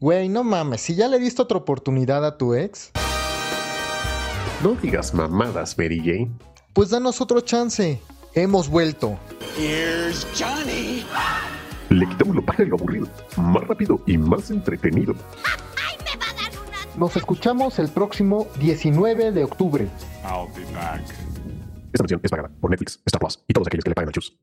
Güey, no mames, si ya le diste otra oportunidad a tu ex, No digas mamadas, Mary Jane. pues danos otro chance. Hemos vuelto. Here's Johnny. Le quitamos lo padre y lo aburrido, más rápido y más entretenido. Nos escuchamos el próximo 19 de octubre. I'll be back. Esta versión es pagada por Netflix, Star Plus y todos aquellos que le pagan al Chus.